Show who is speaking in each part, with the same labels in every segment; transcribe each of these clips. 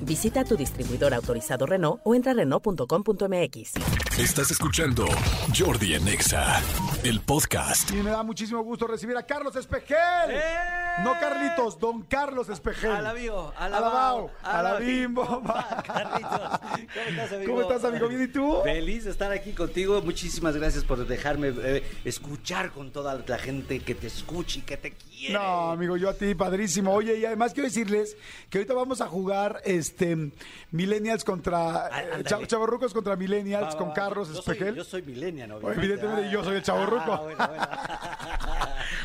Speaker 1: Visita tu distribuidor autorizado Renault o entra a Renault.com.mx.
Speaker 2: Estás escuchando Jordi en Exa, el podcast.
Speaker 3: Y me da muchísimo gusto recibir a Carlos Espejel.
Speaker 4: ¡Eh!
Speaker 3: No Carlitos, don Carlos Espejel.
Speaker 4: Alabío,
Speaker 3: alabao,
Speaker 4: alabao,
Speaker 3: alabimbo.
Speaker 4: Ah, Carlitos, ¿cómo estás, amigo?
Speaker 3: ¿Cómo estás, amigo? ¿Bien y tú?
Speaker 4: Feliz de estar aquí contigo. Muchísimas gracias por dejarme eh, escuchar con toda la gente que te escucha y que te quiere.
Speaker 3: No, amigo, yo a ti, padrísimo. Oye, y además quiero decirles que ahorita vamos a jugar este Millennials contra
Speaker 4: Ah,
Speaker 3: eh,
Speaker 4: ándale.
Speaker 3: chav- Chavorrucos contra Millennials
Speaker 4: Va, va,
Speaker 3: con
Speaker 4: va.
Speaker 3: Carlos
Speaker 4: Ah, Yo soy-
Speaker 3: Espejel.
Speaker 4: Yo soy millennial,
Speaker 3: Oye,
Speaker 4: obviamente.
Speaker 3: Evidentemente
Speaker 4: Ah,
Speaker 3: yo soy el chavorruco.
Speaker 4: ah, bueno, bueno.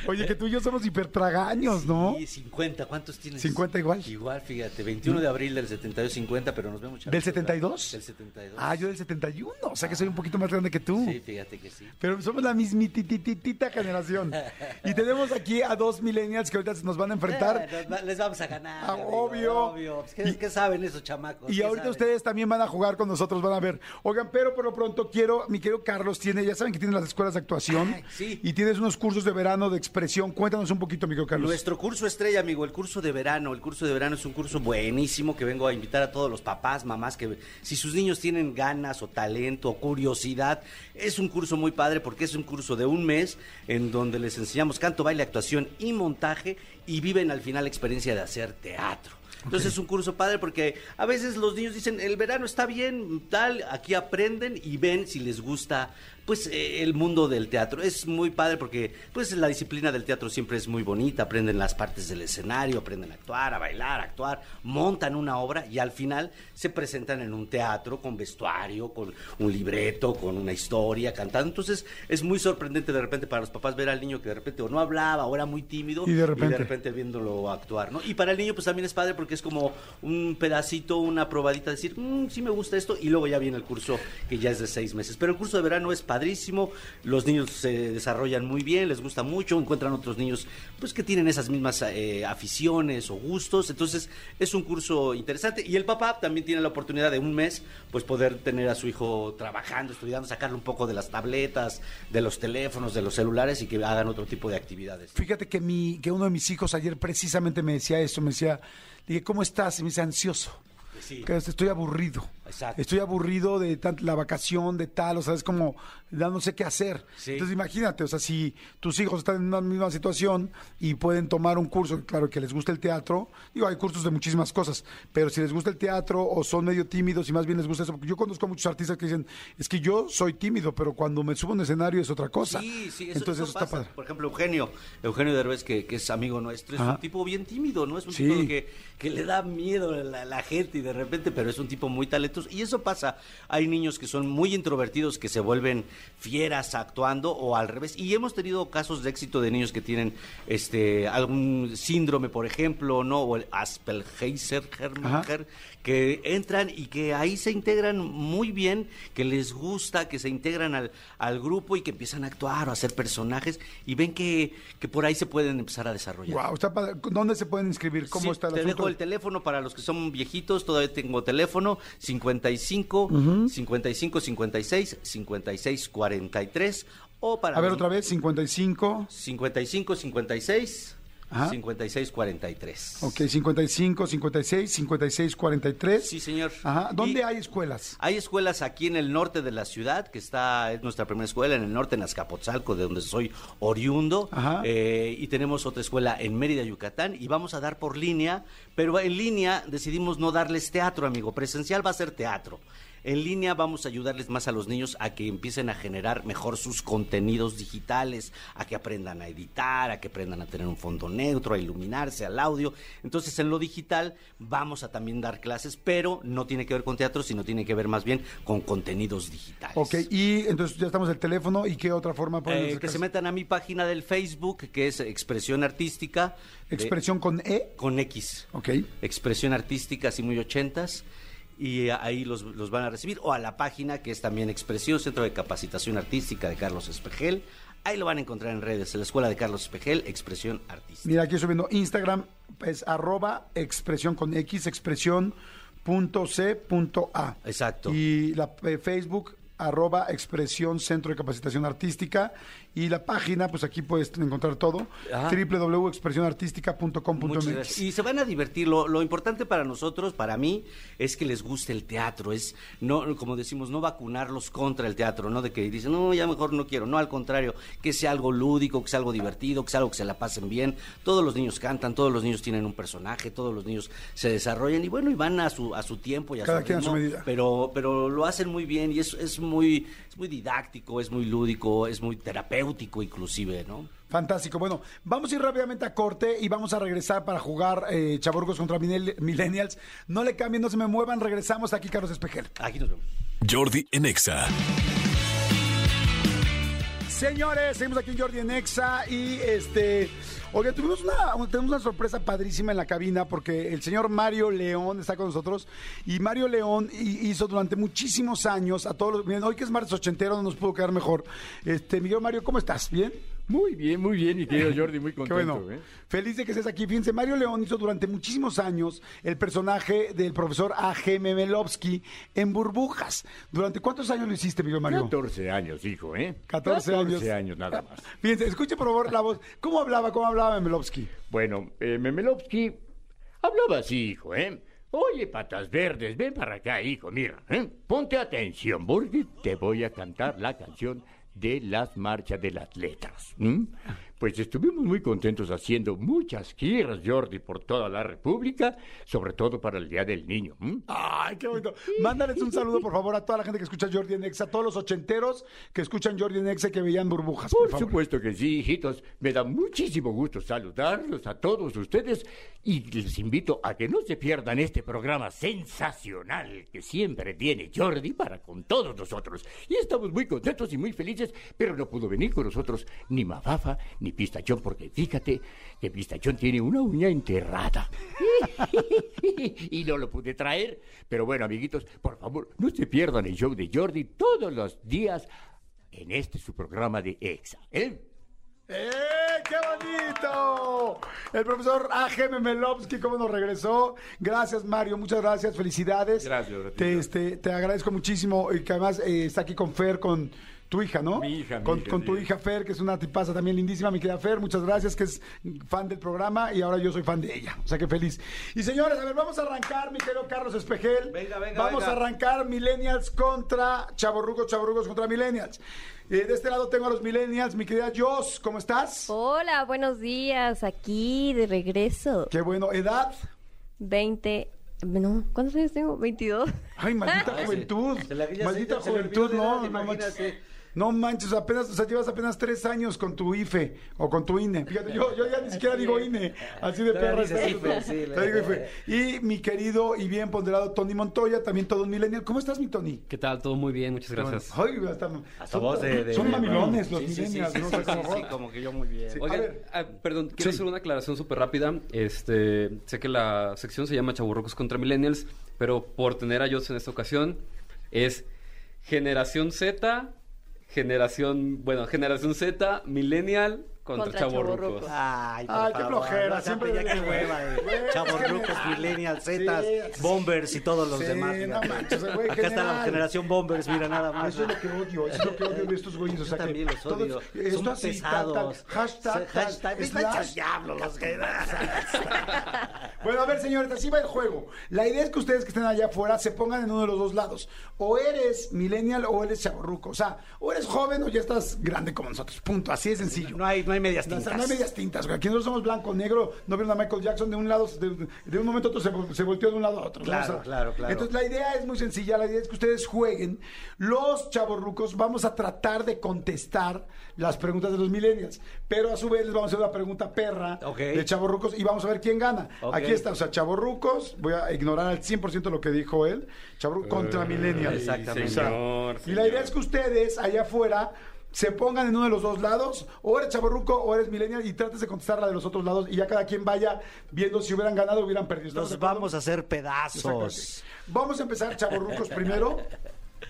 Speaker 3: Oye, que tú y yo somos hipertragaños, ¿no?
Speaker 4: Sí, 50, ¿cuántos tienes?
Speaker 3: 50 igual.
Speaker 4: Igual, fíjate, 21 de abril del 72-50, pero nos vemos chavitos,
Speaker 3: ¿Del
Speaker 4: ¿verdad?
Speaker 3: 72?
Speaker 4: Del 72.
Speaker 3: Ah, yo del 71, o sea que soy un poquito más grande que tú.
Speaker 4: Sí, fíjate que sí.
Speaker 3: Pero somos la mismitititita generación. Y tenemos aquí a dos millennials que ahorita se nos van a enfrentar.
Speaker 4: Eh, nos va- les vamos a ganar.
Speaker 3: Ah, obvio.
Speaker 4: obvio. Pues, ¿qué, qué saben esos chamacos?
Speaker 3: Y
Speaker 4: ¿Qué
Speaker 3: ahorita
Speaker 4: saben?
Speaker 3: ustedes también van a jugar con nosotros, van a ver. Oigan, pero por lo pronto quiero, mi querido Carlos, tiene, ya saben que tienes las escuelas de actuación
Speaker 4: Ay, sí.
Speaker 3: y tienes unos cursos de verano de expresión. Cuéntanos un poquito, mi querido Carlos.
Speaker 4: Nuestro curso estrella, amigo, el curso de verano. El curso de verano es un curso buenísimo que vengo a invitar a todos los papás, mamás, que si sus niños tienen ganas o talento o curiosidad, es un curso muy padre porque es un curso de un mes en donde les enseñamos canto, baile, actuación y montaje y viven al final la experiencia de hacer teatro. Entonces es un curso padre porque a veces los niños dicen, el verano está bien, tal, aquí aprenden y ven si les gusta pues eh, el mundo del teatro. Es muy padre porque pues la disciplina del teatro siempre es muy bonita, aprenden las partes del escenario, aprenden a actuar, a bailar, a actuar, montan una obra y al final se presentan en un teatro con vestuario, con un libreto, con una historia, cantando. Entonces es muy sorprendente de repente para los papás ver al niño que de repente o no hablaba o era muy tímido
Speaker 3: Y de repente.
Speaker 4: repente viéndolo actuar, ¿no? Y para el niño pues también es padre porque es como un pedacito, una probadita, decir, "Mm, sí me gusta esto, y luego ya viene el curso que ya es de seis meses. Pero el curso de verano es padrísimo, los niños se desarrollan muy bien, les gusta mucho, encuentran otros niños pues que tienen esas mismas eh, aficiones o gustos, entonces es un curso interesante. Y el papá también tiene la oportunidad de un mes pues poder tener a su hijo trabajando, estudiando, sacarle un poco de las tabletas, de los teléfonos, de los celulares y que hagan otro tipo de actividades.
Speaker 3: Fíjate que, mi, que uno de mis hijos ayer precisamente me decía eso, me decía, le dije, ¿cómo estás? Y me dice, ansioso.
Speaker 4: Sí.
Speaker 3: Que estoy aburrido.
Speaker 4: Exacto.
Speaker 3: Estoy aburrido de tant- la vacación, de tal, o sea, es como, ya no sé qué hacer.
Speaker 4: Sí.
Speaker 3: Entonces imagínate, o sea, si tus hijos están en una misma situación y pueden tomar un curso, claro que les gusta el teatro, digo, hay cursos de muchísimas cosas, pero si les gusta el teatro o son medio tímidos y más bien les gusta eso, porque yo conozco a muchos artistas que dicen, es que yo soy tímido, pero cuando me subo a un escenario es otra cosa.
Speaker 4: Sí, sí, eso,
Speaker 3: Entonces
Speaker 4: eso
Speaker 3: está
Speaker 4: pasa.
Speaker 3: padre.
Speaker 4: Por ejemplo, Eugenio, Eugenio Derbez, que, que es amigo nuestro, es
Speaker 3: Ajá.
Speaker 4: un tipo bien tímido, ¿no? Es un
Speaker 3: Sí.
Speaker 4: tipo que, que le da miedo a la, la gente y de repente, pero es un tipo muy talentoso. Y eso pasa. Hay niños que son muy introvertidos, que se vuelven fieras actuando o al revés. Y hemos tenido casos de éxito de niños que tienen este algún síndrome, por ejemplo, ¿no? O el Asperger,
Speaker 3: Ajá.
Speaker 4: Hermann, que entran y que ahí se integran muy bien, que les gusta, que se integran al, al grupo y que empiezan a actuar o a hacer personajes y ven que, que por ahí se pueden empezar a desarrollar.
Speaker 3: Wow, está padre. ¿Dónde se pueden inscribir? ¿Cómo
Speaker 4: Sí,
Speaker 3: está el
Speaker 4: te
Speaker 3: asunto?
Speaker 4: dejo el teléfono para los que son viejitos, todavía tengo teléfono 55 55 56 56 43 o para
Speaker 3: A ver
Speaker 4: los-
Speaker 3: otra vez, 55.
Speaker 4: 55 56
Speaker 3: Ajá.
Speaker 4: 56 43.
Speaker 3: Ok, 55, 56, 56, 43.
Speaker 4: Sí, señor.
Speaker 3: Ajá. ¿Dónde
Speaker 4: Y-
Speaker 3: hay escuelas?
Speaker 4: Hay escuelas aquí en el norte de la ciudad, que está, es nuestra primera escuela, en el norte, en Azcapotzalco, de donde soy oriundo.
Speaker 3: Ajá.
Speaker 4: Eh, y tenemos otra escuela en Mérida, Yucatán, y vamos a dar por línea, pero en línea decidimos no darles teatro, amigo. Presencial va a ser teatro. En línea vamos a ayudarles más a los niños a que empiecen a generar mejor sus contenidos digitales, a que aprendan a editar, a que aprendan a tener un fondo neutro, a iluminarse, al audio. Entonces en lo digital vamos a también dar clases, pero no tiene que ver con teatro, sino tiene que ver más bien con contenidos digitales.
Speaker 3: Ok, y entonces ya estamos el teléfono. ¿Y qué otra forma pueden
Speaker 4: Eh, que
Speaker 3: acercarse?
Speaker 4: se metan a mi página del Facebook, que es Expresión Artística. de-
Speaker 3: Expresión con E.
Speaker 4: con X.
Speaker 3: Ok.
Speaker 4: Expresión Artística, así muy ochentas. y ahí los, los van a recibir. O a la página que es también Expresión, Centro de Capacitación Artística de Carlos Espejel. Ahí lo van a encontrar en redes, en la Escuela de Carlos Espejel, Expresión Artística.
Speaker 3: Mira, aquí estoy viendo Instagram, es arroba expresión con X, expresión punto C punto A.
Speaker 4: Exacto.
Speaker 3: Y la eh, Facebook, arroba expresión centro de capacitación artística. Y la página, pues aquí puedes encontrar todo,
Speaker 4: Ajá. Muchas gracias.
Speaker 3: www.expresionartística.com.mx.
Speaker 4: Y se van a divertir. Lo, lo importante para nosotros, para mí, es que les guste el teatro. Es, no como decimos, no vacunarlos contra el teatro, ¿no? De que dicen, no, ya mejor no quiero. No, al contrario, que sea algo lúdico, que sea algo divertido, que sea algo que se la pasen bien. Todos los niños cantan, todos los niños tienen un personaje, todos los niños se desarrollan y bueno, y van a su, a su tiempo y a
Speaker 3: Cada
Speaker 4: su
Speaker 3: quien a su
Speaker 4: ritmo,
Speaker 3: medida.
Speaker 4: Pero, pero lo hacen muy bien y es, es, muy, es muy didáctico, es muy lúdico, es muy terapéutico inclusive, ¿no?
Speaker 3: Fantástico. Bueno, vamos a ir rápidamente a corte y vamos a regresar para jugar eh, Chaburgos contra Minel- Millennials. No le cambien, no se me muevan. Regresamos aquí, Carlos Espejel.
Speaker 4: Aquí nos vemos.
Speaker 2: Jordi en Exa.
Speaker 3: Señores, seguimos aquí en Jordi en Exa y este. Oiga, tuvimos una, un- tenemos una sorpresa padrísima en la cabina porque el señor Mario León está con nosotros y Mario León hi- hizo durante muchísimos años a todos los. Miren, hoy que es martes ochentero, no nos pudo quedar mejor. Este, Miguel Mario, ¿cómo estás? ¿Bien?
Speaker 5: Muy bien, muy bien, mi querido Jordi, muy
Speaker 3: Qué
Speaker 5: contento.
Speaker 3: bueno.
Speaker 5: ¿eh?
Speaker 3: Feliz de que estés aquí. Fíjense, Mario León hizo durante muchísimos años el personaje del profesor A.G. Memelovsky en Burbujas. ¿Durante cuántos años lo hiciste, Miguel Mario?
Speaker 5: 14 años, hijo, ¿eh?
Speaker 3: 14 años.
Speaker 5: 14 años nada más.
Speaker 3: Fíjense, escuche por favor la voz. ¿Cómo hablaba? ¿Cómo hablaba Memelovsky?
Speaker 5: Bueno, eh, Memelovsky hablaba así, hijo, ¿eh? Oye, patas verdes, ven para acá, hijo, mira, ¿eh? Ponte atención, porque te voy a cantar la canción de las marchas de las letras. ¿m? Pues estuvimos muy contentos haciendo muchas giras, Jordi, por toda la República, sobre todo para el Día del Niño. ¿m?
Speaker 3: Ay, qué bonito. Mándales un saludo, por favor, a toda la gente que escucha Jordi en Exa, a todos los ochenteros que escuchan Jordi en Exa y que veían burbujas, por,
Speaker 5: Por
Speaker 3: favor.
Speaker 5: supuesto que sí, hijitos. Me da muchísimo gusto saludarlos a todos ustedes y les invito a que no se pierdan este programa sensacional que siempre tiene Jordi para con todos nosotros. Y estamos muy contentos y muy felices, pero no pudo venir con nosotros ni Mafafa ni Pistachón, porque fíjate que Pistachón tiene una uña enterrada. y no lo pude traer. Pero bueno, amiguitos, por favor, no se pierdan el show de Jordi todos los días en este su programa de EXA. ¿eh?
Speaker 3: ¡Eh, qué bonito! El profesor A.G. Memelovsky, cómo nos regresó. Gracias, Mario, muchas gracias, felicidades.
Speaker 5: Gracias, gracias.
Speaker 3: Te, este, te agradezco muchísimo y que además eh, está aquí con Fer, con tu hija, ¿no?
Speaker 5: Mi hija, mi
Speaker 3: Con,
Speaker 5: hija,
Speaker 3: con
Speaker 5: sí.
Speaker 3: tu hija Fer, que es una tipaza también lindísima, mi querida Fer, muchas gracias, que es fan del programa y ahora yo soy fan de ella. O sea, que feliz. Y señores, a ver, vamos a arrancar, mi querido Carlos Espejel.
Speaker 4: Venga, venga,
Speaker 3: Vamos
Speaker 4: venga.
Speaker 3: a arrancar arrancar Millennials contra Chaborrucos, Chaborrucos contra Millennials. Eh, de este lado tengo a los Millennials, mi querida Jos, ¿cómo estás?
Speaker 6: Oh. Hola, buenos días, aquí de regreso.
Speaker 3: Qué bueno, edad.
Speaker 6: 20, no, ¿cuántos años tengo? 22.
Speaker 3: Ay, maldita
Speaker 4: Ay,
Speaker 3: juventud.
Speaker 4: se- se la- ya se-
Speaker 3: maldita
Speaker 4: ya se le
Speaker 3: juventud,
Speaker 4: olvidó de
Speaker 3: no,
Speaker 4: edad,
Speaker 3: no manches.
Speaker 4: imagínate.
Speaker 3: No manches, apenas, o sea, llevas apenas tres años con tu IFE o con tu INE. Fíjate, yo, yo ya ni siquiera digo INE, así de
Speaker 4: Todavía
Speaker 3: perra.
Speaker 4: dices
Speaker 3: está.
Speaker 4: IFE, sí, la-
Speaker 3: Todavía digo IFE. Y mi querido y bien ponderado Tony Montoya, también todo un millennial. ¿Cómo estás, mi Tony?
Speaker 7: ¿Qué tal? Todo muy bien, muchas gracias.
Speaker 3: Ay, hasta,
Speaker 4: Hasta
Speaker 3: son,
Speaker 4: voz de, de-
Speaker 3: son
Speaker 4: de-
Speaker 3: mamilones los
Speaker 4: Sí, sí, sí,
Speaker 3: millennials,
Speaker 4: sí,
Speaker 3: ¿no? O
Speaker 4: sí,
Speaker 3: sea,
Speaker 4: sí,
Speaker 3: como-
Speaker 4: sí, como que yo muy bien.
Speaker 3: Sí.
Speaker 7: Oigan,
Speaker 3: A ver.
Speaker 7: ah, perdón, quiero
Speaker 3: Sí.
Speaker 7: hacer una aclaración súper rápida. Este, sé que la sección se llama Chaburrocos contra Millennials, pero por tener a Joss en esta ocasión, es Generación Z, Generación, bueno, Generación Z, Millennial contra,
Speaker 6: Contra
Speaker 7: Chaburrucos.
Speaker 6: chavorrucos.
Speaker 4: Ay, por
Speaker 3: Pues, Ay, qué
Speaker 4: favor,
Speaker 3: flojera,
Speaker 4: no,
Speaker 3: siempre
Speaker 4: ya
Speaker 3: me-
Speaker 4: qué hueva. de
Speaker 3: Güey, es
Speaker 4: Chavos
Speaker 3: que
Speaker 4: rucos,
Speaker 3: me-
Speaker 4: millennials,
Speaker 3: eh. ah, Sí,
Speaker 4: zetas,
Speaker 3: sí.
Speaker 4: bombers y todos los
Speaker 3: Sí,
Speaker 4: demás.
Speaker 3: no
Speaker 4: fíjate.
Speaker 3: manches, güey,
Speaker 4: Acá está
Speaker 3: general. Ah,
Speaker 4: la generación bombers, mira nada más.
Speaker 3: Eso es lo que odio, eso es lo que odio de estos güeyes. O
Speaker 4: Yo
Speaker 3: sea, que
Speaker 4: también los
Speaker 3: todos-
Speaker 4: odio.
Speaker 3: esto
Speaker 4: Son
Speaker 3: así,
Speaker 4: pesados.
Speaker 3: tal, tal, hashtag, tal,
Speaker 4: hashtag,
Speaker 3: slash.
Speaker 4: slash, diablo, los generales.
Speaker 3: Bueno, a ver, señores, así va el juego. La idea es que ustedes que estén allá afuera se pongan en uno de los dos lados. O eres millennial o eres chaborruco. O sea, o eres joven o ya estás grande como nosotros. Punto. Así de sencillo.
Speaker 4: No hay, no hay medias
Speaker 3: No, o sea,
Speaker 4: tintas.
Speaker 3: no hay medias tintas, güey. Aquí nosotros somos blanco, negro, no vieron a Michael Jackson de un lado, de, de un momento a otro se, vol- se volteó de un lado a otro. ¿no?
Speaker 4: Claro,
Speaker 3: O sea,
Speaker 4: claro, claro.
Speaker 3: Entonces la idea es muy sencilla, la idea es que ustedes jueguen. Los chavorrucos vamos a tratar de contestar las preguntas de los millennials, pero a su vez les vamos a hacer una pregunta perra
Speaker 4: Ok.
Speaker 3: de chavorrucos y vamos a ver quién gana.
Speaker 4: Ok.
Speaker 3: Aquí está, o sea, chavorrucos, voy a ignorar al 100% lo que dijo él, chavorrucos contra millennials.
Speaker 4: Exactamente.
Speaker 3: O sea,
Speaker 7: Señor,
Speaker 3: y la idea es que ustedes allá afuera se pongan en uno de los dos lados, o eres chaborruco o eres millennial, y trates de contestar la de los otros lados, y ya cada quien vaya viendo si hubieran ganado o hubieran perdido. ¿Estamos de
Speaker 4: Los
Speaker 3: acuerdo?
Speaker 4: vamos a hacer pedazos.
Speaker 3: Exactamente. Vamos a empezar, chavorrucos, primero.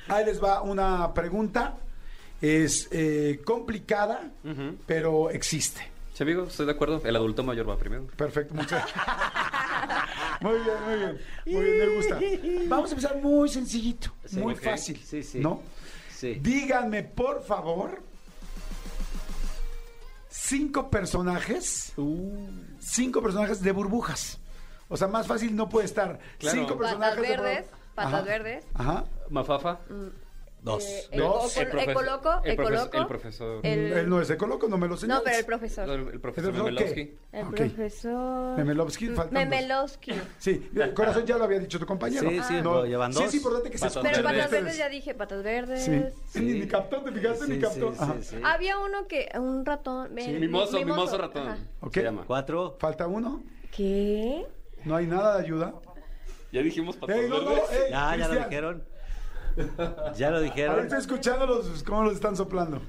Speaker 3: Ahí les va una pregunta. Es eh, complicada, pero existe.
Speaker 7: Sí, amigo, estoy de acuerdo. El adulto mayor va primero.
Speaker 3: Perfecto, muchas Muy bien, muy bien. Muy bien, me gusta. Vamos a empezar muy sencillito,
Speaker 4: Sí,
Speaker 3: muy
Speaker 4: ok.
Speaker 3: fácil.
Speaker 4: Sí, sí.
Speaker 3: ¿No?
Speaker 4: Sí.
Speaker 3: Díganme, por favor, cinco personajes.
Speaker 4: Uh.
Speaker 3: Cinco personajes de burbujas. O sea, más fácil no puede estar.
Speaker 7: Claro.
Speaker 3: Cinco
Speaker 6: Patas
Speaker 3: personajes. de
Speaker 6: verdes,
Speaker 3: burbujas.
Speaker 6: patas
Speaker 3: Ajá,
Speaker 6: verdes.
Speaker 3: Ajá.
Speaker 7: Mafafa.
Speaker 4: Dos.
Speaker 6: eh,
Speaker 3: Dos.
Speaker 6: Ecoloco-
Speaker 7: El profesor-
Speaker 6: Ecoloco,
Speaker 7: el profesor-
Speaker 6: Ecoloco,
Speaker 7: el profesor.
Speaker 6: el-
Speaker 3: Él no es ecólogo, no me lo señales.
Speaker 6: no, pero el profesor.
Speaker 7: El, el profesor
Speaker 3: ¿Pero qué?
Speaker 7: Memelowski.
Speaker 6: El
Speaker 3: Ok.
Speaker 6: profesor. Mm,
Speaker 3: Memelovsky, faltan dos.
Speaker 6: Memelowski.
Speaker 3: Sí, el corazón ya lo había dicho tu compañero.
Speaker 4: Sí, sí,
Speaker 3: no,
Speaker 4: lo llevan
Speaker 3: Sí,
Speaker 4: dos.
Speaker 3: es importante que se
Speaker 7: Patas
Speaker 6: Pero
Speaker 3: escuchen
Speaker 6: patas
Speaker 3: ustedes.
Speaker 6: verdes ya dije, patas verdes.
Speaker 3: Sí. Ni, ni captó, ¿te fijaste? ni
Speaker 4: Sí,
Speaker 3: captó.
Speaker 4: sí,
Speaker 3: Ajá.
Speaker 4: sí, sí.
Speaker 6: Había uno que, un ratón. el-
Speaker 7: Mimoso, mimoso ratón.
Speaker 6: ajá.
Speaker 3: Ok.
Speaker 7: Se llama.
Speaker 4: Cuatro.
Speaker 3: Falta uno.
Speaker 6: ¿Qué?
Speaker 3: No hay nada de ayuda.
Speaker 7: Ya dijimos patas
Speaker 3: Ey, eh. no, no,
Speaker 7: verdes.
Speaker 3: ey,
Speaker 4: Ya, ya lo
Speaker 3: Cristian.
Speaker 4: dijeron. Ya lo
Speaker 3: A ver,
Speaker 4: dijeron.
Speaker 3: estoy escuchando los, cómo los están soplando.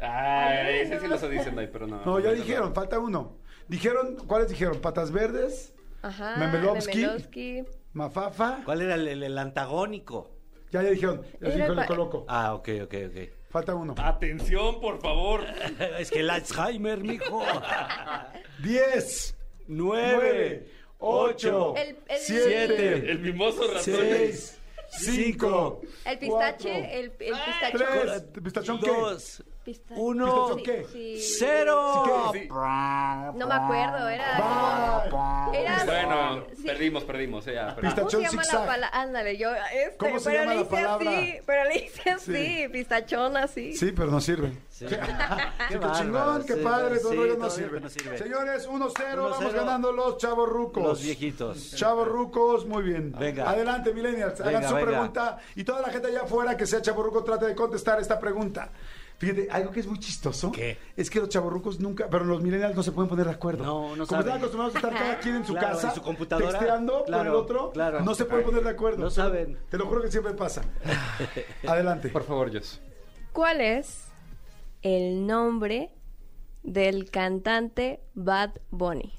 Speaker 7: Ah, ese sí lo está diciendo ahí, pero no.
Speaker 3: No, ya
Speaker 7: no,
Speaker 3: dijeron,
Speaker 7: Ah, no.
Speaker 3: falta uno. Dijeron, ¿cuáles dijeron? Patas verdes,
Speaker 6: Ajá.
Speaker 3: Memelowski.
Speaker 6: Memelowski.
Speaker 3: mafafa.
Speaker 4: ¿Cuál era el, el- el antagónico?
Speaker 3: Ya, ya dijeron. Ya
Speaker 6: Era
Speaker 3: dijo
Speaker 6: el
Speaker 3: el
Speaker 6: pa-
Speaker 3: coloco.
Speaker 4: Ah, ok, ok, ok.
Speaker 3: Falta uno.
Speaker 7: Ah. Atención, por favor.
Speaker 4: Es que el Alzheimer, mijo.
Speaker 3: Diez, nueve,
Speaker 4: Nueve.
Speaker 3: ocho,
Speaker 6: El- el-
Speaker 3: siete,
Speaker 7: El mimoso ratón.
Speaker 3: seis, cinco,
Speaker 6: El pistache,
Speaker 3: cuatro,
Speaker 6: el, el pistache.
Speaker 3: tres. ¿Pistachón qué?
Speaker 4: Dos.
Speaker 6: Pistache.
Speaker 4: Uno.
Speaker 3: ¿Pistachón qué?
Speaker 6: Sí.
Speaker 4: Cero.
Speaker 7: Sí.
Speaker 6: No me acuerdo, era.
Speaker 3: Bye.
Speaker 6: era
Speaker 7: Bueno,
Speaker 6: Sí.
Speaker 7: perdimos, perdimos. eh, ya, perdimos.
Speaker 3: Pistachón
Speaker 6: ¿Cómo se llama
Speaker 3: zigzag.
Speaker 6: la palabra? Ándale, yo. Este,
Speaker 3: ¿Cómo se
Speaker 6: pero
Speaker 3: llama
Speaker 6: le
Speaker 3: la
Speaker 6: hice
Speaker 3: palabra?
Speaker 6: así, pero le hice así,
Speaker 3: Sí.
Speaker 6: pistachón así.
Speaker 3: Sí, pero no sirve. Qué, qué
Speaker 4: bárbaro,
Speaker 3: chingón, qué
Speaker 4: sí,
Speaker 3: padre, todo
Speaker 4: sí,
Speaker 3: rollo no
Speaker 4: todo
Speaker 3: sirve.
Speaker 4: no sirve.
Speaker 3: Señores, 1-0, vamos
Speaker 4: 1-0.
Speaker 3: ganando los chavos rucos.
Speaker 4: Los viejitos.
Speaker 3: Chavos rucos, muy bien.
Speaker 4: Venga.
Speaker 3: Adelante, millennials, hagan
Speaker 4: Venga,
Speaker 3: su
Speaker 4: venga.
Speaker 3: pregunta. Y toda la gente allá afuera que sea chavorruco trate de contestar esta pregunta. Fíjate, algo que es muy chistoso
Speaker 4: ¿Qué?
Speaker 3: es que los chavorrucos nunca, pero los millennials no se pueden poner de acuerdo.
Speaker 4: No, no
Speaker 3: Como
Speaker 4: saben.
Speaker 3: están acostumbrados a estar cada quien en su
Speaker 4: Claro,
Speaker 3: casa,
Speaker 4: en su computadora.
Speaker 3: texteando con el
Speaker 4: Claro,
Speaker 3: otro,
Speaker 4: claro.
Speaker 3: no se pueden poner de acuerdo.
Speaker 4: No saben.
Speaker 3: Te lo juro que siempre pasa. Adelante.
Speaker 7: Por favor, Jos.
Speaker 6: ¿Cuál es el nombre del cantante Bad Bunny?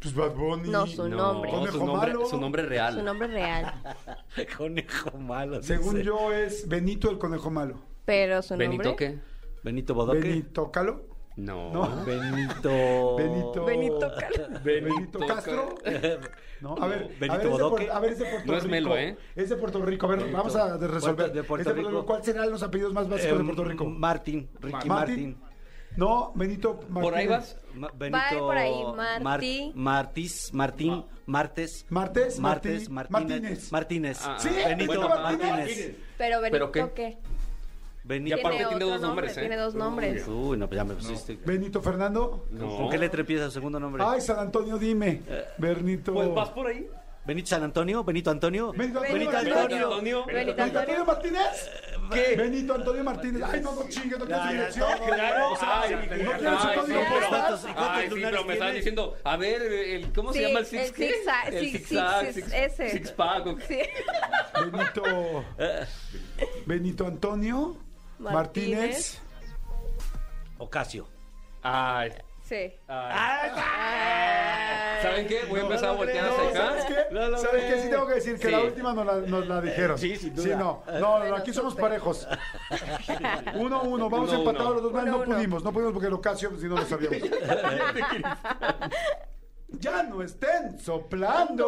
Speaker 3: Pues Bad Bunny.
Speaker 6: No, su nombre.
Speaker 3: Conejo
Speaker 7: su nombre,
Speaker 3: malo.
Speaker 7: su nombre real.
Speaker 6: Su nombre real.
Speaker 4: Conejo malo.
Speaker 3: Según
Speaker 4: dice.
Speaker 3: yo es Benito el Conejo Malo.
Speaker 6: Pero su nombre.
Speaker 7: ¿Benito qué?
Speaker 4: Benito Bodoque.
Speaker 3: Benito Calo.
Speaker 7: No.
Speaker 3: No.
Speaker 4: Benito.
Speaker 3: Benito.
Speaker 6: Benito Cal-
Speaker 3: Benito
Speaker 7: Benito
Speaker 3: Castro. No, a ver,
Speaker 4: Benito
Speaker 3: a ver, es de
Speaker 4: Bodoque.
Speaker 3: Puer- a ver, es de Puerto Rico.
Speaker 7: No es Melo, ¿eh?
Speaker 3: Es de Puerto Rico. A ver,
Speaker 4: Benito.
Speaker 3: vamos a de- resolver.
Speaker 4: Puerto- de Puerto
Speaker 3: Es
Speaker 4: Rico.
Speaker 3: ¿Cuáles serán los apellidos más básicos
Speaker 4: Eh,
Speaker 3: de Puerto Rico?
Speaker 4: Martín. Ricky Martín.
Speaker 3: Martín. No, Benito Martín.
Speaker 7: ¿Por ahí vas?
Speaker 4: Ma-
Speaker 6: por ahí,
Speaker 4: Mar-
Speaker 6: Martí.
Speaker 4: Martis, Martín, Martes.
Speaker 3: Martes,
Speaker 4: Martes,
Speaker 3: Martí- Martínez.
Speaker 4: Martínez. Martínez.
Speaker 7: Ah,
Speaker 3: Sí,
Speaker 4: Benito
Speaker 3: Benito
Speaker 4: Martínez.
Speaker 3: Martínez.
Speaker 6: Pero Benito
Speaker 7: ¿Pero
Speaker 6: qué?
Speaker 7: qué? Y
Speaker 4: Benito.
Speaker 7: aparte
Speaker 6: Tiene
Speaker 7: tiene
Speaker 6: otro
Speaker 7: dos
Speaker 6: nombre,
Speaker 7: nombres, ¿eh?
Speaker 6: tiene dos nombres.
Speaker 4: Uy, no, pues ya me pusiste.
Speaker 3: Benito Fernando.
Speaker 7: No.
Speaker 4: ¿Con qué letra empieza su segundo nombre?
Speaker 3: Ay, San Antonio, dime.
Speaker 4: Eh,
Speaker 3: Bernito.
Speaker 7: Pues vas por ahí.
Speaker 4: Benito San Antonio, Benito Antonio.
Speaker 3: Benito Antonio.
Speaker 4: Benito
Speaker 3: Martínez.
Speaker 4: Antonio.
Speaker 6: Benito
Speaker 3: ¿Benito Antonio
Speaker 6: Antonio.
Speaker 3: Martínez? ¿Qué? Benito Antonio Martínez. Ay, no, no chingue, no quiero su dirección.
Speaker 7: Claro, ay,
Speaker 3: no
Speaker 7: ay,
Speaker 3: quiero su
Speaker 7: ay,
Speaker 3: código
Speaker 7: sí, pero-
Speaker 3: postal.
Speaker 7: ay, sí, pero me estaban diciendo, a ver, el, ¿cómo
Speaker 6: Sí,
Speaker 7: se llama el
Speaker 6: el
Speaker 7: six? qué?
Speaker 6: zigzag,
Speaker 7: El
Speaker 6: sí, sí,
Speaker 7: zigzag,
Speaker 6: sí,
Speaker 7: six,
Speaker 6: ese.
Speaker 7: six pack, ¿o qué?
Speaker 6: Sí.
Speaker 3: Benito. Eh. Benito Antonio Martínez.
Speaker 6: Martínez.
Speaker 4: Ocasio.
Speaker 7: Ay,
Speaker 6: Sí.
Speaker 7: Ah. ay. ¿Saben qué? Voy a empezar a voltear hacia
Speaker 3: No, ¿sabes
Speaker 7: acá.
Speaker 3: qué?
Speaker 4: No lo
Speaker 3: ¿Sabes qué?
Speaker 4: creo.
Speaker 3: Sí tengo que decir que
Speaker 4: Sí. Eh,
Speaker 3: la última nos la, nos la dijeron.
Speaker 4: Sí, sin duda. Ah,
Speaker 3: no. No, no,
Speaker 6: Bueno,
Speaker 3: aquí somos
Speaker 6: súper.
Speaker 3: parejos. Uno, uno. Vamos
Speaker 7: Uno,
Speaker 3: empatados
Speaker 7: uno.
Speaker 3: los dos. más.
Speaker 6: Uno,
Speaker 3: no
Speaker 6: uno.
Speaker 3: pudimos. No pudimos porque Ocasio si no lo sabíamos. ¡Ya no estén soplando!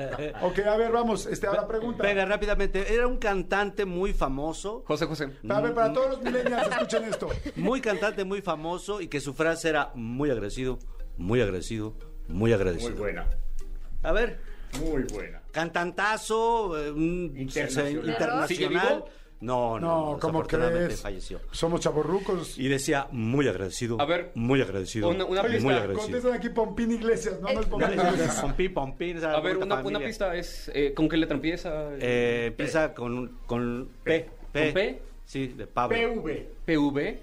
Speaker 3: ok, a ver, vamos. Este, a la pregunta.
Speaker 4: Venga, rápidamente. Era un cantante muy famoso.
Speaker 7: José José.
Speaker 3: A ver, para todos los millennials, escuchen esto.
Speaker 4: Mm. Muy cantante, muy famoso. Y que su frase era muy agradecido, muy agradecido, muy agradecido.
Speaker 5: Muy buena,
Speaker 4: A ver,
Speaker 5: muy buena.
Speaker 4: cantantazo. eh, un
Speaker 5: Internacional.
Speaker 4: se- internacional.
Speaker 7: ¿Sigue vivo?
Speaker 4: No, no.
Speaker 3: No, como
Speaker 4: desafortunadamente
Speaker 3: crees.
Speaker 4: falleció.
Speaker 3: Somos chavorrucos.
Speaker 4: Y decía, muy agradecido.
Speaker 7: A ver,
Speaker 4: Muy agradecido.
Speaker 7: una- una
Speaker 4: muy
Speaker 7: pista,
Speaker 4: agradecido.
Speaker 3: Contestan aquí Pompín Iglesias, no, no es Pompín Iglesias.
Speaker 4: Pompín, Pompín, esa
Speaker 7: A ver,
Speaker 4: puta
Speaker 7: una, una
Speaker 4: familia.
Speaker 7: pista es, eh, ¿con qué letra empieza?
Speaker 4: Eh, empieza con, un- con P.
Speaker 7: ¿Con P?
Speaker 4: Sí, de Pablo.
Speaker 5: PV,
Speaker 7: PV.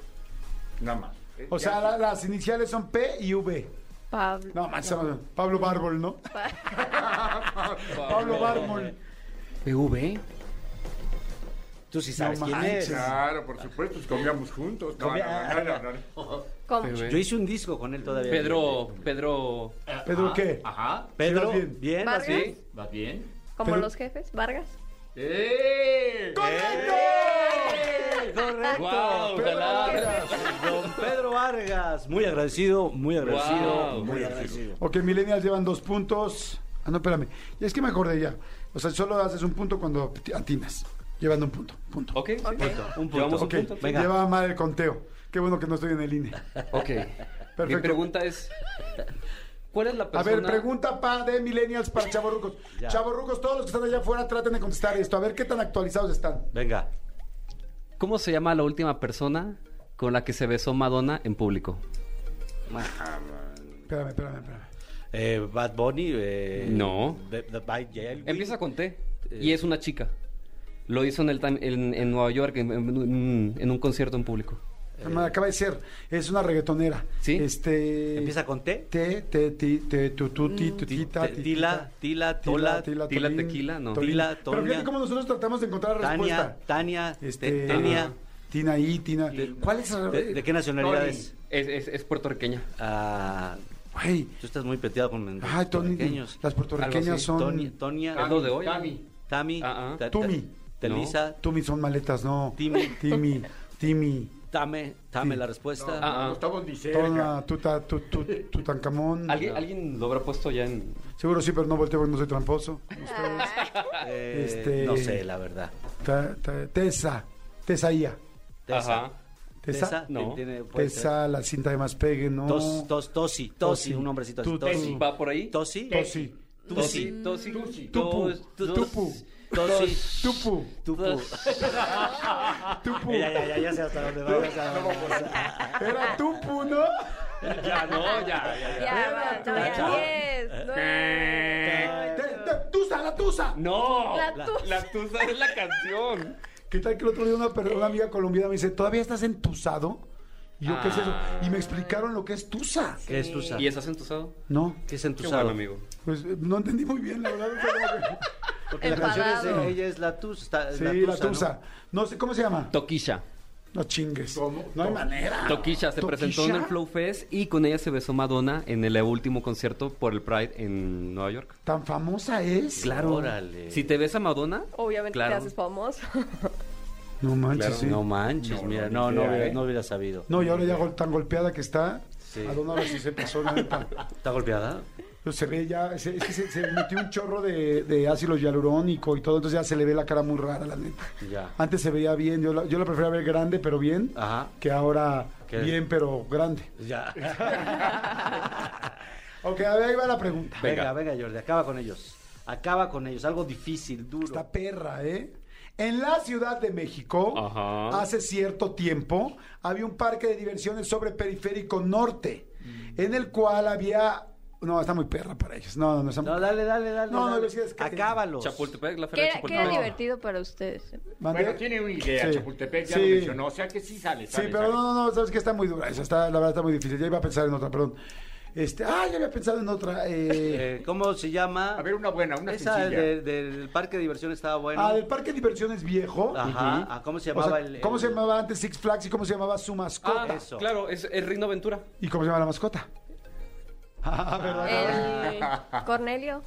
Speaker 5: nada más.
Speaker 3: O sea, la- las iniciales son P y V.
Speaker 6: Pablo.
Speaker 3: No, más Pablo Bárbol, ¿no? Pablo Bárbol.
Speaker 7: PV.
Speaker 4: Tú sí sabes
Speaker 3: No
Speaker 4: quién
Speaker 3: manches.
Speaker 4: es.
Speaker 8: Claro, por supuesto,
Speaker 5: pues,
Speaker 8: comíamos juntos. No,
Speaker 4: Comía-
Speaker 8: no, no, no, no.
Speaker 6: ¿Cómo?
Speaker 4: Yo hice un disco con él todavía.
Speaker 7: Pedro, Pedro,
Speaker 3: ¿Pedro qué?
Speaker 5: Ajá,
Speaker 4: Pedro,
Speaker 3: Sí, vas bien.
Speaker 4: bien, vas
Speaker 6: ¿Vargas?
Speaker 4: bien.
Speaker 5: Ah, ¿va bien?
Speaker 6: ¿Como
Speaker 3: Pero-
Speaker 6: los jefes? ¿Vargas?
Speaker 5: ¡Eh!
Speaker 4: Correcto.
Speaker 7: Guau, ojalá.
Speaker 4: Don Pedro Vargas. Muy agradecido, muy agradecido,
Speaker 7: Guau,
Speaker 4: muy agradecido.
Speaker 3: Ok, Millennials llevan dos puntos. Ah, no, espérame. Es que me acordé ya. O sea, solo haces un punto cuando te atinas. Llevando un punto. Punto.
Speaker 7: ok,
Speaker 4: Un punto.
Speaker 7: Llevamos un
Speaker 3: Ok,
Speaker 7: punto.
Speaker 4: Venga.
Speaker 3: Lleva mal el conteo. Qué bueno que no estoy en el INE.
Speaker 7: Ok. Mi
Speaker 3: Perfecto.
Speaker 7: pregunta es, ¿cuál es la
Speaker 3: A
Speaker 7: persona?
Speaker 3: ver, pregunta pa de millennials para chavorrucos. Chavorrucos, todos los que están allá afuera, traten de contestar esto. A ver qué tan actualizados están.
Speaker 4: Venga.
Speaker 7: ¿Cómo se llama la última persona con la que se besó Madonna en público?
Speaker 3: Espérame, espérame, espérame.
Speaker 4: Eh, Bad Bunny. eh,
Speaker 7: No.
Speaker 4: The, The Bad Yell.
Speaker 7: Empieza con T y es una chica. Lo hizo en, el, time- en, en Nueva York, en, en- en un concierto en público.
Speaker 3: Me acaba de ser. Es una reggaetonera.
Speaker 7: Eh. ¿Sí?
Speaker 3: Este.
Speaker 4: Empieza con T.
Speaker 3: Te, te, ti, te, tu, tu, ti, tu,
Speaker 4: Ti-
Speaker 3: tita,
Speaker 4: Mm. te-
Speaker 3: ti,
Speaker 4: tila, tila, tola,
Speaker 7: tila,
Speaker 3: tolín,
Speaker 7: tequila, no.
Speaker 3: tolín.
Speaker 4: Tila,
Speaker 3: Pero fíjate
Speaker 4: toña.
Speaker 3: cómo nosotros tratamos de encontrar la
Speaker 4: Tania,
Speaker 3: respuesta.
Speaker 4: Tania, te-
Speaker 3: Este, ah.
Speaker 4: Tania.
Speaker 3: Tina I, Tina. ¿Cuál es la-
Speaker 4: ¿De, de qué nacionalidad es?
Speaker 7: Es, es- es puertorriqueña.
Speaker 4: Ah,
Speaker 3: Güey.
Speaker 4: tú estás muy peteado con los
Speaker 3: Ay, Tony.
Speaker 4: puertorriqueños.
Speaker 3: Las
Speaker 7: Algo
Speaker 3: puertorriqueñas
Speaker 7: así.
Speaker 3: son.
Speaker 4: Toni- Tonia,
Speaker 7: Es lo de hoy.
Speaker 5: Cami.
Speaker 4: Tami,
Speaker 7: Ah, ah.
Speaker 4: Ta- Ta-
Speaker 3: Tumi.
Speaker 4: Telisa,
Speaker 3: Tumi son maletas, no.
Speaker 4: Timi.
Speaker 3: Timi. Timi.
Speaker 4: Tame, Tame
Speaker 3: Sí.
Speaker 4: la respuesta.
Speaker 7: Ah,
Speaker 8: No
Speaker 7: ah.
Speaker 8: estamos ni cerca.
Speaker 3: Tona, tuta, tu, tu, Tutankamón.
Speaker 7: ¿Alguien, alguien lo habrá puesto ya en...
Speaker 3: Seguro sí, pero no volteo porque no soy tramposo.
Speaker 4: Eh,
Speaker 3: Este-
Speaker 4: No sé, la verdad.
Speaker 3: Ta- ta- Tesa. Tesaía.
Speaker 4: Tesa.
Speaker 7: Ajá.
Speaker 3: Tesa.
Speaker 7: No.
Speaker 4: tiene- puede ser.
Speaker 3: Tesa, la cinta de más pegue, no.
Speaker 4: Tos, tos, tosi, tosi,
Speaker 3: Tosi.
Speaker 4: un hombrecito así.
Speaker 3: Tu-
Speaker 4: Tosi.
Speaker 7: ¿Va por ahí?
Speaker 4: Tosi.
Speaker 3: Tosi.
Speaker 4: Tusi.
Speaker 7: Tosi.
Speaker 3: Tupu.
Speaker 7: Tos-
Speaker 3: Tupu.
Speaker 7: tos-
Speaker 4: Tosi.
Speaker 3: Tupu.
Speaker 4: Tupu.
Speaker 3: Tupu.
Speaker 4: Ya, ya, ya, ya sé hasta dónde va. ya sé hasta dónde va.
Speaker 3: pues, Era Tupu, ¿no?
Speaker 7: Ya, no, ya, ya, ya.
Speaker 6: Ya, basta, ya. Diez, nueve,
Speaker 3: Te- te- Tusa, la Tusa.
Speaker 7: ¡No!
Speaker 6: La tusa.
Speaker 7: la tusa es la canción.
Speaker 3: ¿Qué tal que el otro día una, per-
Speaker 4: Eh.
Speaker 3: una amiga colombiana me dice, ¿todavía estás entusado? Y yo, ¿qué es eso? Y
Speaker 4: Ah.
Speaker 3: me explicaron lo que es Tusa.
Speaker 4: ¿Qué es tusa?
Speaker 7: ¿Y estás entusado?
Speaker 3: No,
Speaker 4: ¿Qué es
Speaker 7: Qué
Speaker 4: entusado?
Speaker 7: bueno, amigo.
Speaker 3: pues eh, no entendí muy bien, la verdad. no sé cómo que-
Speaker 4: Porque la canción es
Speaker 6: Enfadado.
Speaker 4: de ella es la tusa. está-
Speaker 3: Sí, la
Speaker 4: ¿no?
Speaker 3: Tusa. No sé, ¿cómo se llama?
Speaker 7: Toquisha.
Speaker 3: No chingues. No hay manera.
Speaker 7: Toquisha se presentó en el
Speaker 3: ¿Toquisha?
Speaker 7: Flow Fest y con ella se besó Madonna en el último concierto por el Pride en Nueva York.
Speaker 3: Tan famosa es.
Speaker 4: Órale.
Speaker 7: Si te besa Madonna,
Speaker 6: Obviamente
Speaker 7: Claro.
Speaker 6: te haces famoso.
Speaker 3: No manches,
Speaker 7: Claro,
Speaker 3: sí.
Speaker 4: No
Speaker 3: No.
Speaker 4: manches, mira, no, no,
Speaker 7: ¿eh?
Speaker 4: hubiera- no hubiera sabido.
Speaker 3: y ahora ya gol- tan golpeada que está.
Speaker 4: Sí.
Speaker 3: Madonna ahora sí se pasó, la neta.
Speaker 4: ¿Está golpeada?
Speaker 3: Pero Pues Se ve ya, se, es que se, se metió un chorro de, de ácido hialurónico y todo, entonces ya se le ve la cara muy rara, la neta.
Speaker 4: Ya.
Speaker 3: Antes se veía bien, yo la, yo la prefería ver grande, pero bien,
Speaker 4: Ajá.
Speaker 3: que ahora
Speaker 4: ¿Qué?
Speaker 3: bien, pero grande.
Speaker 4: Ya.
Speaker 3: Ok, a ver, ahí va la pregunta.
Speaker 4: Venga, venga, Jordi, acaba con ellos. Acaba con ellos, algo difícil, duro.
Speaker 3: Esta perra, ¿eh? En la Ciudad de México,
Speaker 7: Ajá.
Speaker 3: hace cierto tiempo, había un parque de diversiones sobre Periférico Norte,
Speaker 4: Mm.
Speaker 3: en el cual había... No, está muy perra para ellos. No, no, no. Está muy
Speaker 4: No,
Speaker 3: perra.
Speaker 4: dale, dale, dale.
Speaker 3: No, no,
Speaker 4: dale.
Speaker 3: yo sí es que-
Speaker 4: Acábalos.
Speaker 7: Chapultepec, la
Speaker 6: ¿Qué era,
Speaker 7: feria de
Speaker 6: qué era
Speaker 7: Chapultepec.
Speaker 6: divertido para ustedes?
Speaker 3: ¿Mandé?
Speaker 5: Bueno, tiene una idea,
Speaker 3: Sí.
Speaker 5: Chapultepec ya
Speaker 3: Sí.
Speaker 5: lo mencionó, o sea que sí sale,
Speaker 3: Sí,
Speaker 5: sale,
Speaker 3: pero
Speaker 5: sale.
Speaker 3: no, no, no, sabes que está muy dura. Esa está, la verdad está muy difícil. Ya iba a pensar en otra, perdón. Este, ah, ya había pensado en otra. eh,
Speaker 4: Eh, ¿Cómo se llama?
Speaker 5: A ver, una buena, una
Speaker 4: Esa
Speaker 5: sencilla.
Speaker 4: de- del parque de diversión estaba buena.
Speaker 3: ah, del parque de diversiones viejo.
Speaker 4: Ajá. Ah, ¿Cómo se
Speaker 3: O sea,
Speaker 4: llamaba el, el-
Speaker 3: ¿Cómo se llamaba antes Six Flags y cómo se llamaba su mascota?
Speaker 7: Ah,
Speaker 4: Eso.
Speaker 7: claro, es, es Rino Ventura.
Speaker 3: ¿Y cómo se llama la mascota? Ah, ¿verdad?
Speaker 6: El Eh, Cornelio.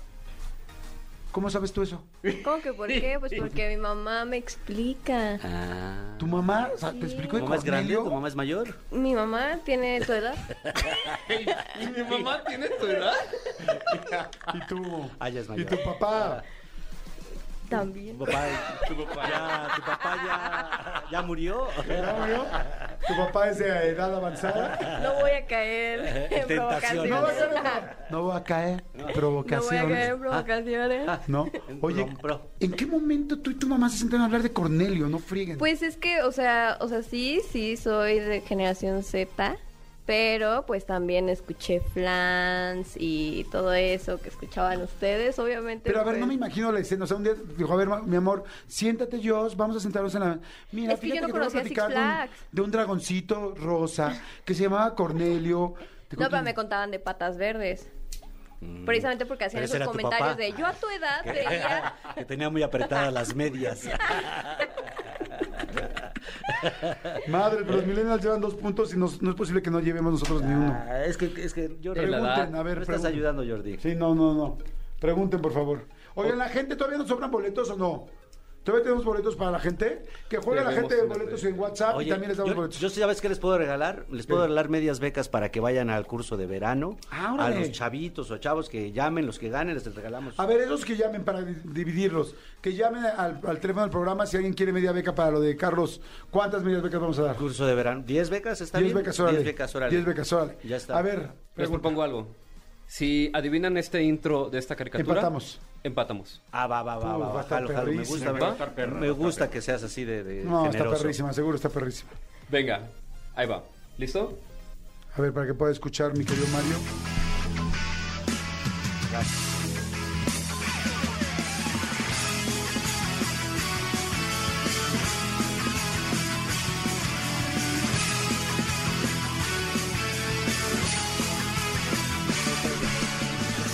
Speaker 3: ¿Cómo sabes tú eso?
Speaker 6: ¿Cómo que por qué? Pues porque mi mamá me explica.
Speaker 4: Ah.
Speaker 3: ¿Tu mamá? O sea, ¿Te explicó
Speaker 4: ¿Tu
Speaker 3: de
Speaker 4: mamá es grande?
Speaker 3: Cornelio?
Speaker 4: ¿Tu mamá es mayor?
Speaker 6: Mi mamá tiene tu edad.
Speaker 7: ¿Y mi mamá tiene tu edad?
Speaker 3: ¿Y tú?
Speaker 4: Ah, ya es
Speaker 3: ¿Y
Speaker 4: mayor.
Speaker 3: tu papá?
Speaker 6: También.
Speaker 4: Tu papá, tu papá, ya, tu papá ya, ya murió.
Speaker 3: ¿Era, amigo? ¿Tu papá es de edad avanzada?
Speaker 6: No voy a caer en
Speaker 4: Tentaciones.
Speaker 6: provocaciones.
Speaker 3: No, no, no, no. No va a caer.
Speaker 6: No voy a caer
Speaker 3: Provocaciones. Ah.
Speaker 6: en provocaciones.
Speaker 3: No. Oye,
Speaker 4: Compro.
Speaker 3: ¿en qué momento tú y tu mamá se sentaron a hablar de Cornelio? No frieguen.
Speaker 6: Pues es que, o sea, o sea, sí, sí, soy de generación Z, pero pues también escuché Flans y todo eso que escuchaban ustedes, obviamente.
Speaker 3: Pero a ver, no me
Speaker 6: pues,
Speaker 3: imagino la escena. O sea, un día dijo, a ver, ma- mi amor, siéntate, Josh, vamos a sentarnos en la... Mira,
Speaker 6: Es que yo
Speaker 3: fíjate que
Speaker 6: no
Speaker 3: te voy a
Speaker 6: conocía Six
Speaker 3: platicar de un-
Speaker 6: Flags.
Speaker 3: de un dragoncito rosa que se llamaba Cornelio. Te
Speaker 6: No,
Speaker 3: cuento
Speaker 6: pero
Speaker 3: un-
Speaker 6: me contaban de patas verdes. Precisamente porque hacían
Speaker 4: Mm. Pero ese
Speaker 6: esos
Speaker 4: era tu
Speaker 6: comentarios
Speaker 4: papá.
Speaker 6: de yo a tu edad veía
Speaker 4: Que tenía muy apretadas las medias.
Speaker 3: Madre, pero los millennials llevan dos puntos y nos- no es posible que no llevemos nosotros ni uno.
Speaker 4: Ah, es que, es que Jordi,
Speaker 3: Pregunten,
Speaker 4: la edad.
Speaker 3: a ver,
Speaker 4: no estás
Speaker 3: pregunten.
Speaker 4: ayudando, Jordi.
Speaker 3: Sí, no, no, no. Pregunten, por favor. Oigan, ¿la gente todavía nos sobran boletos o no? ¿Todavía tenemos boletos para la gente? Que juega la
Speaker 7: Tenemos
Speaker 3: gente de
Speaker 7: una
Speaker 3: boletos en WhatsApp y
Speaker 4: Oye,
Speaker 3: también les damos
Speaker 4: yo,
Speaker 3: boletos.
Speaker 4: yo sí, sabes qué les puedo regalar, les puedo
Speaker 3: ¿Qué?
Speaker 4: regalar medias becas para que vayan al curso de verano.
Speaker 3: Ah,
Speaker 4: a
Speaker 3: órale.
Speaker 4: los chavitos o chavos que llamen, los que ganen, les regalamos.
Speaker 3: A ver, esos que llamen para di- dividirlos, que llamen al, al teléfono del programa si alguien quiere media beca para lo de Carlos. ¿Cuántas medias becas vamos a dar?
Speaker 4: curso de verano. ¿10 becas? Pues, ¿Está
Speaker 3: Diez
Speaker 4: bien?
Speaker 3: becas, órale.
Speaker 4: 10 becas, órale.
Speaker 3: Diez becas, órale.
Speaker 4: Ya está.
Speaker 3: A ver,
Speaker 7: Les
Speaker 3: pregunta.
Speaker 7: propongo algo. Si adivinan este intro de esta caricatura...
Speaker 3: Empatamos.
Speaker 7: Empatamos.
Speaker 4: Ah, va, va, va,
Speaker 3: Uf,
Speaker 4: va,
Speaker 3: va a
Speaker 4: va.
Speaker 3: estar
Speaker 4: jalo, jalo, Me
Speaker 3: perrísimo.
Speaker 4: gusta, me,
Speaker 7: Va a
Speaker 8: estar perro, va a
Speaker 4: me
Speaker 8: estar
Speaker 4: gusta
Speaker 8: perro.
Speaker 4: que seas así de, de
Speaker 3: No,
Speaker 4: generoso.
Speaker 3: está perrísima, seguro está perrísima.
Speaker 7: Venga, ahí va. ¿Listo?
Speaker 3: A ver, para que pueda escuchar mi querido Mario.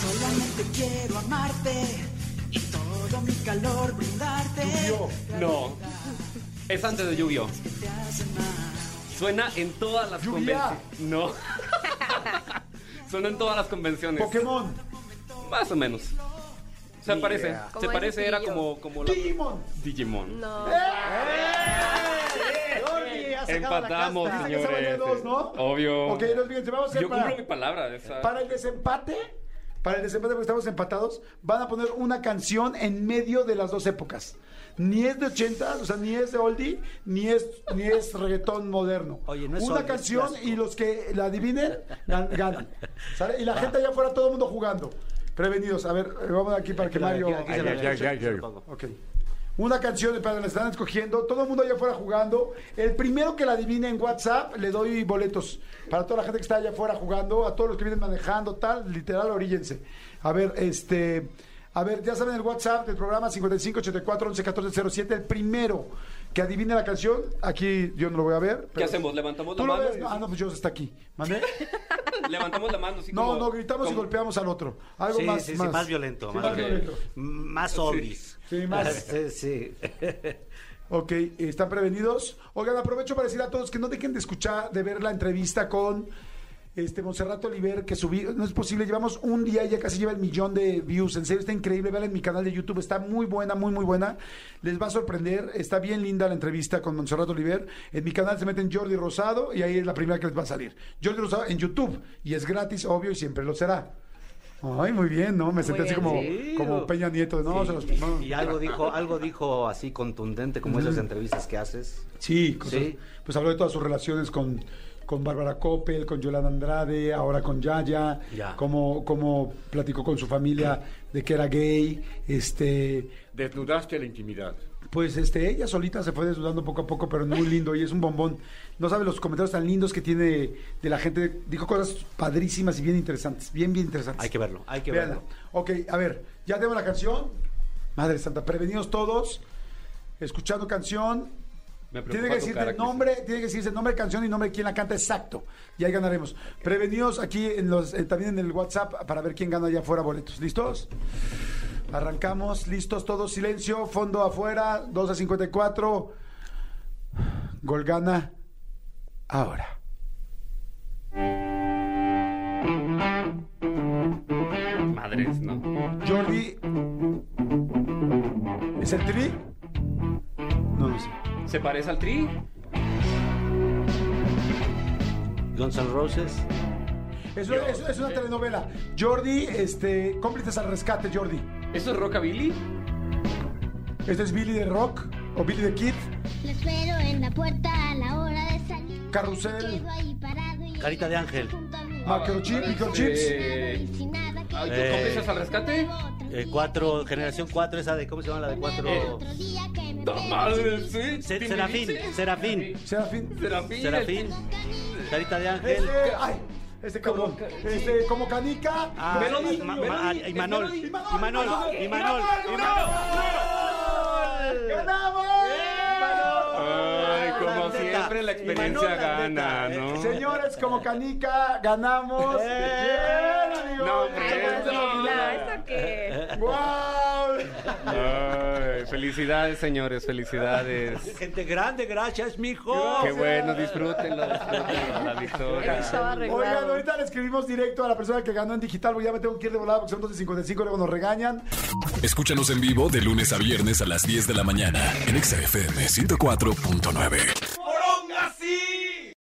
Speaker 9: Solamente quiero amarte y todo mi calor brindarte.
Speaker 7: No. Es antes de Yu-Gi-Oh. Suena en todas las
Speaker 3: Yu-Gi-Ah.
Speaker 7: convenciones. No. Suena en todas las convenciones.
Speaker 3: Pokémon,
Speaker 7: Más o menos. Se parece. Se
Speaker 6: Como
Speaker 7: parece,
Speaker 6: ese
Speaker 7: era
Speaker 6: pillo.
Speaker 7: como, como la...
Speaker 3: Digimon.
Speaker 7: Digimon.
Speaker 6: No.
Speaker 3: Jordi, ha sacado la
Speaker 7: Empatamos,
Speaker 3: casta. Dice que se
Speaker 7: señores.
Speaker 3: vale dos, ¿no?
Speaker 7: Obvio.
Speaker 3: Ok, no olviden, vamos a hacer
Speaker 7: Yo
Speaker 3: para-
Speaker 7: cumplo mi palabra. esa-
Speaker 3: Para el desempate, para el desempate, porque estamos empatados, van a poner una canción en medio de las dos épocas. Ni es de 80, o sea, ni es de oldie, ni es, ni es reggaetón moderno.
Speaker 4: Oye, no es
Speaker 3: una
Speaker 4: oldie, es
Speaker 3: canción
Speaker 4: clásico.
Speaker 3: y los que la adivinen gan- ganan. ¿sale? Y la gente allá afuera, todo el mundo jugando. Prevenidos. A ver, eh, vamos aquí para que Mario.
Speaker 4: Aquí se lo-
Speaker 5: Ay, ay, ay, ay,
Speaker 4: se lo
Speaker 5: ay.
Speaker 4: pongo.
Speaker 3: Ok. Una canción, para la están escogiendo, todo el mundo allá afuera jugando. El primero que la adivine en WhatsApp, le doy boletos. Para toda la gente que está allá afuera jugando, a todos los que vienen manejando, tal, literal, oríllense. A ver, este... A ver, ya saben el WhatsApp del programa 5584-111407. El primero que adivine la canción, aquí yo no lo voy a ver. pero-
Speaker 7: hacemos? ¿Levantamos la
Speaker 3: ¿Tú lo
Speaker 7: mano?
Speaker 3: ves? No, Ah, no, pues yo está aquí. ¿Mandé?
Speaker 7: Levantamos la mano. así
Speaker 3: No,
Speaker 7: como-
Speaker 3: no, gritamos y
Speaker 7: como-
Speaker 3: golpeamos al otro. Algo
Speaker 4: Sí,
Speaker 3: más,
Speaker 4: sí, sí,
Speaker 3: más.
Speaker 4: más, violento.
Speaker 3: Sí,
Speaker 4: más,
Speaker 3: más
Speaker 7: Ok.
Speaker 4: violento.
Speaker 3: violento.
Speaker 4: Más oldies.
Speaker 3: Sí, más.
Speaker 4: Sí, sí.
Speaker 3: Ok, están prevenidos. Oigan, aprovecho para decir a todos que no dejen de escuchar, de ver la entrevista con este Monserrat Oliver que subí. No es posible, llevamos un día y ya casi lleva el millón de views. En serio, está increíble. Vean en mi canal de YouTube, está muy buena, muy, muy buena. Les va a sorprender. Está bien linda la entrevista con Monserrat Oliver. En mi canal se meten Jordi Rosado y ahí es la primera que les va a salir. Jordi Rosado en YouTube y es gratis, obvio, y siempre lo será. Ay, muy bien, ¿no? Me senté así
Speaker 6: bien,
Speaker 3: como,
Speaker 4: sí.
Speaker 3: como Peña Nieto. No, se los- no.
Speaker 4: Y algo dijo, algo dijo así contundente como esas entrevistas que haces.
Speaker 3: Sí, cosas-
Speaker 4: Sí.
Speaker 3: pues habló de todas sus relaciones con, con Bárbara Coppel, con Yolanda Andrade, ahora con Yaya,
Speaker 4: Ya.
Speaker 3: Cómo, cómo platicó con su familia de que era gay, este,
Speaker 8: Desnudaste la intimidad.
Speaker 3: pues este, ella solita se fue desnudando poco a poco, pero muy lindo y es un bombón. No sabe los comentarios tan lindos que tiene de la gente, dijo cosas padrísimas y bien interesantes, bien, bien interesantes.
Speaker 4: Hay que verlo, hay que
Speaker 3: Véanla.
Speaker 4: verlo.
Speaker 3: Ok, a ver, ya tengo la canción. Madre Santa, prevenidos todos, escuchando canción,
Speaker 7: Me preocupa
Speaker 3: tiene que
Speaker 7: tu
Speaker 3: decirte
Speaker 7: cara,
Speaker 3: el nombre, tiene que decirse el nombre de canción y nombre de quien la canta exacto. Y ahí ganaremos. Prevenidos aquí en los, eh, también en el WhatsApp para ver quién gana allá afuera boletos. ¿Listos? Arrancamos, listos todos, silencio, fondo afuera, 2 a 54. Gol gana ahora.
Speaker 7: Madres, no.
Speaker 3: Jordi. ¿Es el tri? No lo sé.
Speaker 7: ¿Se parece al tri?
Speaker 4: Guns N' Roses.
Speaker 3: Es una, es- es una telenovela. Jordi, este, cómplices al rescate, Jordi.
Speaker 7: ¿Eso es rockabilly?
Speaker 3: Este es Billy de Rock o Billy de Kid.
Speaker 10: Lo espero en la puerta a la hora de salir.
Speaker 3: Carrusel.
Speaker 10: Quedo ahí parado y
Speaker 4: Carita de ángel.
Speaker 3: Microchip, microchips.
Speaker 7: Eh,
Speaker 10: Chips.
Speaker 7: ¿Tus cómplices al rescate?
Speaker 4: Eh, cuatro, generación cuatro, esa de, ¿cómo se llama la de cuatro?
Speaker 7: No, madre, sí.
Speaker 4: Se-
Speaker 7: ¿Timbiriche?
Speaker 4: Serafín, Serafín,
Speaker 3: Serafín.
Speaker 7: Serafín.
Speaker 4: Serafín, Carita de ángel.
Speaker 3: Este, ay, este cabrón. Este, como canica.
Speaker 4: Ah,
Speaker 7: Melody,
Speaker 4: Ma-
Speaker 7: Melody,
Speaker 4: Ma-
Speaker 7: es
Speaker 4: Imanol,
Speaker 7: Melody.
Speaker 4: Imanol, Imanol, ah.
Speaker 3: ¡Gol! ¡Ganamos!
Speaker 7: Ay, como
Speaker 4: Landeta.
Speaker 7: siempre la experiencia
Speaker 4: Imanol Landeta,
Speaker 7: gana,
Speaker 4: eh.
Speaker 7: ¿no?
Speaker 3: Señores, como canica, ganamos.
Speaker 4: Eh.
Speaker 3: ¡Bien, amigos!
Speaker 7: No, hombre,
Speaker 6: Ay,
Speaker 7: no.
Speaker 6: no, ¿eso qué?
Speaker 3: ¡Guau!
Speaker 7: Ay, felicidades, señores, felicidades.
Speaker 11: Gente grande, gracias, mijo.
Speaker 7: Qué bueno, disfrútenlo, disfrútenlo, la victoria.
Speaker 3: Oigan, ahorita le escribimos directo a la persona que ganó en digital, porque ya me tengo que ir de volada porque son 12.55 luego nos regañan.
Speaker 2: Escúchanos en vivo de lunes a viernes a las 10 de la mañana en Exa FM 104.9.